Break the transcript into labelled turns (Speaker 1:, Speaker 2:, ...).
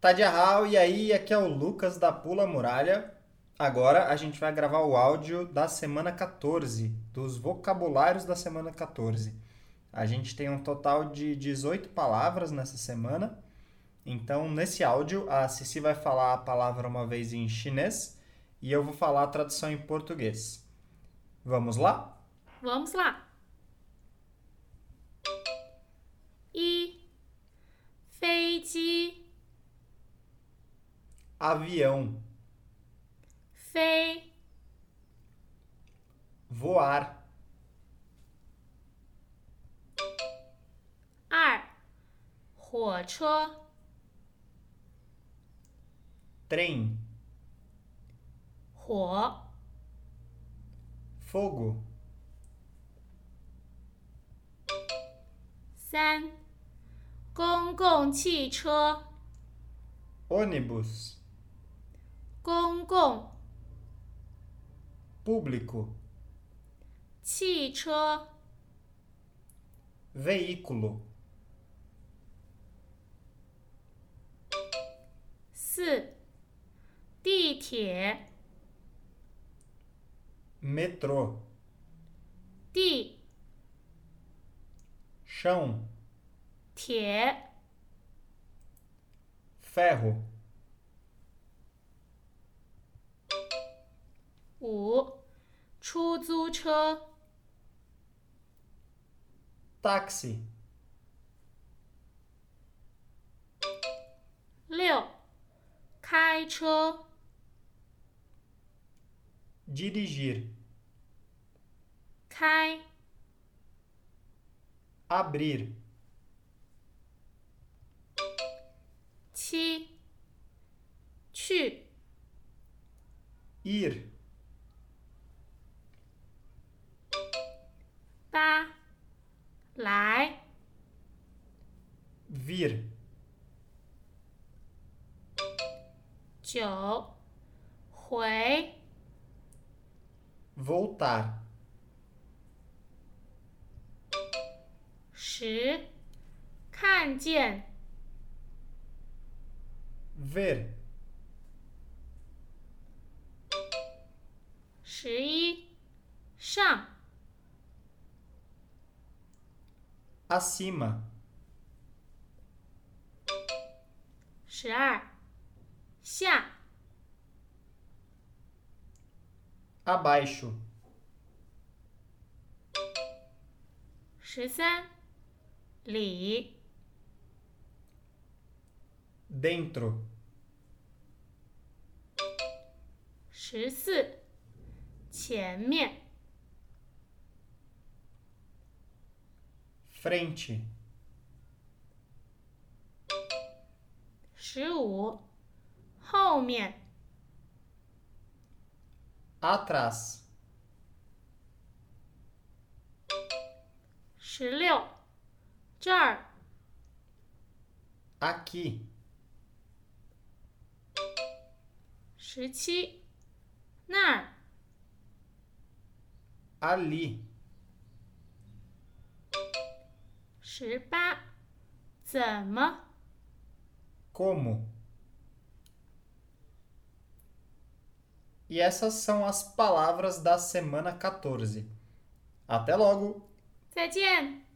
Speaker 1: Tadia Hall, e aí? Aqui é o Lucas da Pula Muralha. Agora a gente vai gravar o áudio da semana 14, dos vocabulários da semana 14. A gente tem um total de 18 palavras nessa semana. Então, nesse áudio, a Cici vai falar a palavra uma vez em chinês e eu vou falar a tradução em português. Vamos lá?
Speaker 2: Vamos lá. E fei ji
Speaker 1: Avião,
Speaker 2: fei
Speaker 1: voar,
Speaker 2: ar 火车
Speaker 1: trem,
Speaker 2: 火
Speaker 1: fogo,
Speaker 2: 三公共汽车
Speaker 1: ônibus,
Speaker 2: 公共
Speaker 1: público,
Speaker 2: 汽车
Speaker 1: veículo,
Speaker 2: 四地铁
Speaker 1: metrô,
Speaker 2: 地
Speaker 1: chão,
Speaker 2: 铁
Speaker 1: ferro,
Speaker 2: 五出租车
Speaker 1: táxi,
Speaker 2: 六开车
Speaker 1: dirigir,
Speaker 2: 开
Speaker 1: abrir,
Speaker 2: 七去
Speaker 1: ir,
Speaker 2: 八来
Speaker 1: vir,
Speaker 2: 九回
Speaker 1: voltar,
Speaker 2: 十看见
Speaker 1: ver,
Speaker 2: 十一上
Speaker 1: acima,
Speaker 2: 十二下
Speaker 1: abaixo,
Speaker 2: 十三里
Speaker 1: dentro,
Speaker 2: 十四前面
Speaker 1: frente,
Speaker 2: 十五后面
Speaker 1: atrás,
Speaker 2: 十六这儿
Speaker 1: aqui,
Speaker 2: 十七那儿
Speaker 1: ali,
Speaker 2: 十八怎么
Speaker 1: como. E essas são as palavras da semana 14. Até logo!
Speaker 2: 再见。